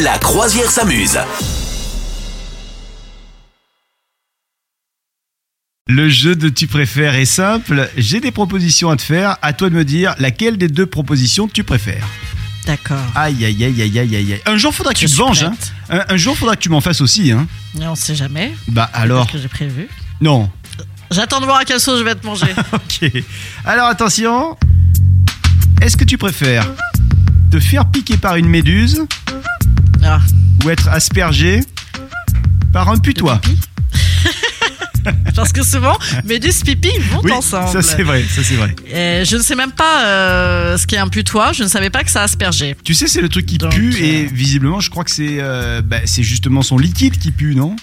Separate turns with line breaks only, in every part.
La croisière s'amuse.
Le jeu de tu préfères est simple. J'ai des propositions à te faire. À toi de me dire laquelle des deux propositions tu préfères.
D'accord.
Aïe, aïe, aïe, aïe, aïe, aïe. Un jour, faudra que
Je
Ah, tu te
suis
venges. hein.
prête.
Un, un jour, faudra que tu m'en fasses aussi. Hein.
Mais on sait jamais.
Bah alors,
Ce que j'ai prévu.
non.
J'attends de voir à quelle sauce je vais te manger.
Ok. Alors, attention. Est-ce que tu préfères te faire piquer par une méduse
Ah,
ou être aspergé par un
le
putois
pipi. Parce que souvent, méduse pipi ils vont
Oui,
ensemble.
ça c'est vrai, ça c'est vrai.
Et je ne sais même pas euh, ce qu'est un putois. Je ne savais pas que ça aspergeait.
Tu sais, c'est le truc qui
Donc,
pue
euh,
et visiblement, je crois que c'est euh, bah, c'est justement son liquide qui pue, non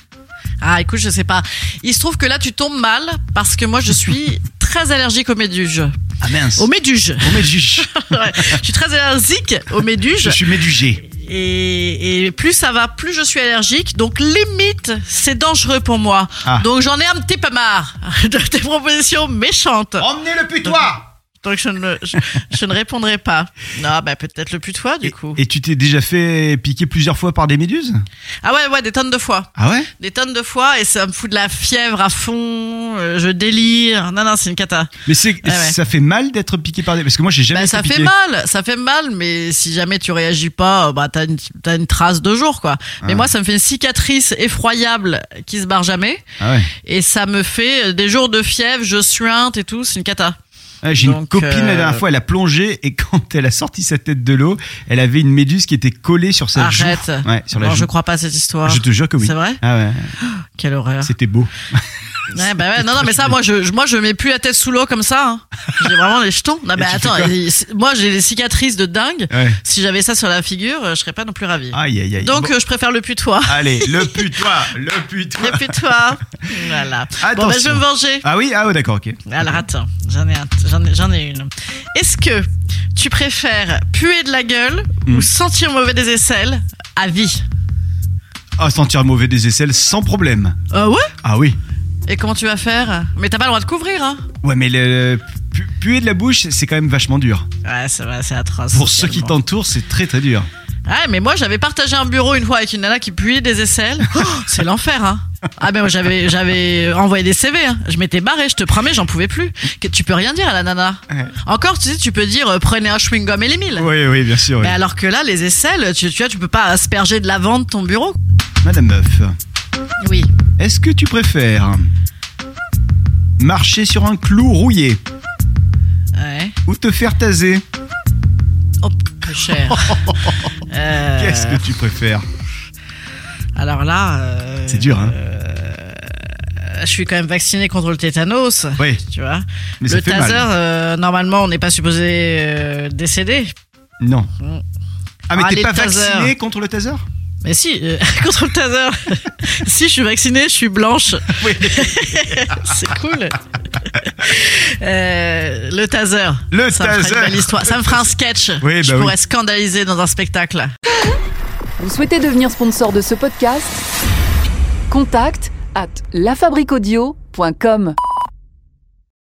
Ah, écoute, je sais pas. Il se trouve que là, tu tombes mal parce que moi, je suis très allergique aux méduges.
Ah mince.
Aux méduges.
Au méduge.
Ouais. je suis très allergique aux
je
méduges.
suis médugé.
Et, et plus ça va, plus je suis allergique. Donc limite, c'est dangereux pour moi.
Ah.
Donc j'en ai un petit peu marre de tes propositions méchantes.
Emmenez le putois
Donc je ne, je, je ne répondrai pas. Non, bah peut-être le putois du
et,
coup.
et tu t'es déjà fait piquer plusieurs fois par des méduses
Ah ouais, ouais, des tonnes de fois.
Ah ouais
Des tonnes de fois et ça me fout de la fièvre à fond. euh, Je délire. Non, non, c'est une cata.
Mais c'est
Ah ouais.
ça fait mal d'être piqué par des. Parce que moi, j'ai jamais
Bah,
été
ça fait
Eh ben, piqué.
mal, ça fait mal, mais si jamais tu réagis pas, euh, bah t'as une, t'as une trace de jour quoi. Mais
Ah.
moi, ça me fait une cicatrice effroyable qui se barre jamais.
Ah ouais.
Et ça me fait euh, des jours de fièvre, je suinte et tout, c'est une cata.
Ouais, Ah, j'ai une
Donc,
copine la
euh,
dernière fois, elle a plongé et quand elle a sorti sa tête de l'eau, elle avait une méduse qui était collée sur sa joue.
Arrête.
Ouais, sur la
non,
joue.
je crois pas à cette histoire.
Je te jure que oui.
C'est vrai
Ah ouais,
Quelle horreur.
c'était beau.
Ouais, bah ouais, non, non, mais ça, moi, je, je- moi, je mets plus la tête sous l'eau comme ça. hein. J'ai vraiment les jetons. Non,
tu
mais
fais
attends,
quoi
il- c'est- moi, j'ai des cicatrices de dingue.
Ah Ouais.
Si j'avais ça sur la figure, euh, je serais pas non plus ravie.
Aïe, aïe, aïe.
Donc,
Ah, Bon,
euh, je préfère le putois.
Allez, le putois, le putois.
Le putois. voilà. Bon, bah, je
Attention.
vais me venger.
Ah oui, ah ouais, d'accord, ok.
Alors attends, j'en ai, un- j'en ai- j'en ai une. Est-ce que tu préfères puer de la gueule
Mm.
ou sentir mauvais des aisselles à vie
Ah, sentir mauvais des aisselles sans problème.
Ah ouais
Ah oui.
Et comment tu vas faire Mais t'as pas le droit de couvrir, hein
Ouais, mais le pu- puer de la bouche, c'est quand même vachement dur.
Ouais, c'est vrai, c'est atroce.
Pour ceux qui
tellement.
t'entourent, c'est très très dur.
Ouais, mais moi j'avais partagé un bureau une fois avec une nana qui puait des aisselles. Oh, c'est l'enfer, hein Ah ben moi, j'avais j'avais envoyé des CV, hein. je m'étais barré, je te promets, j'en pouvais plus. Que- Tu peux rien dire à la nana.
Ouais.
Encore, tu sais, tu peux dire euh, prenez un chewing gum et les mille.
Oui, oui, bien sûr. oui.
Mais alors que là, les aisselles, tu, tu vois, tu peux pas asperger de l'avant de ton bureau.
Madame Meuf,
Oui.
est-ce que tu préfères marcher sur un clou rouillé
Ouais.
ou te faire taser
Oh, peu cher. Euh,
Qu'est-ce que tu préfères
Alors là. euh,
C'est dur, hein
euh, je suis quand même vacciné contre le tétanos.
Oui,
Tu vois.
mais ça
le
fait
taser,
mal.
euh, normalement, on n'est pas supposé euh, décéder.
Non.
Mm.
Ah, mais
Ah,
t'es
les
pas
tasers.
vacciné contre le taser
Mais si, euh, contre le taser. si, je suis vaccinée, je suis blanche.
Oui.
C'est cool. Euh, le taser.
Le
ça Me fera une
taser.
belle histoire. Ça me fera un sketch.
Oui,
je
bah oui.
pourrais scandaliser dans un spectacle.
Vous souhaitez devenir sponsor de ce podcast Contact à lafabriquaudio.com.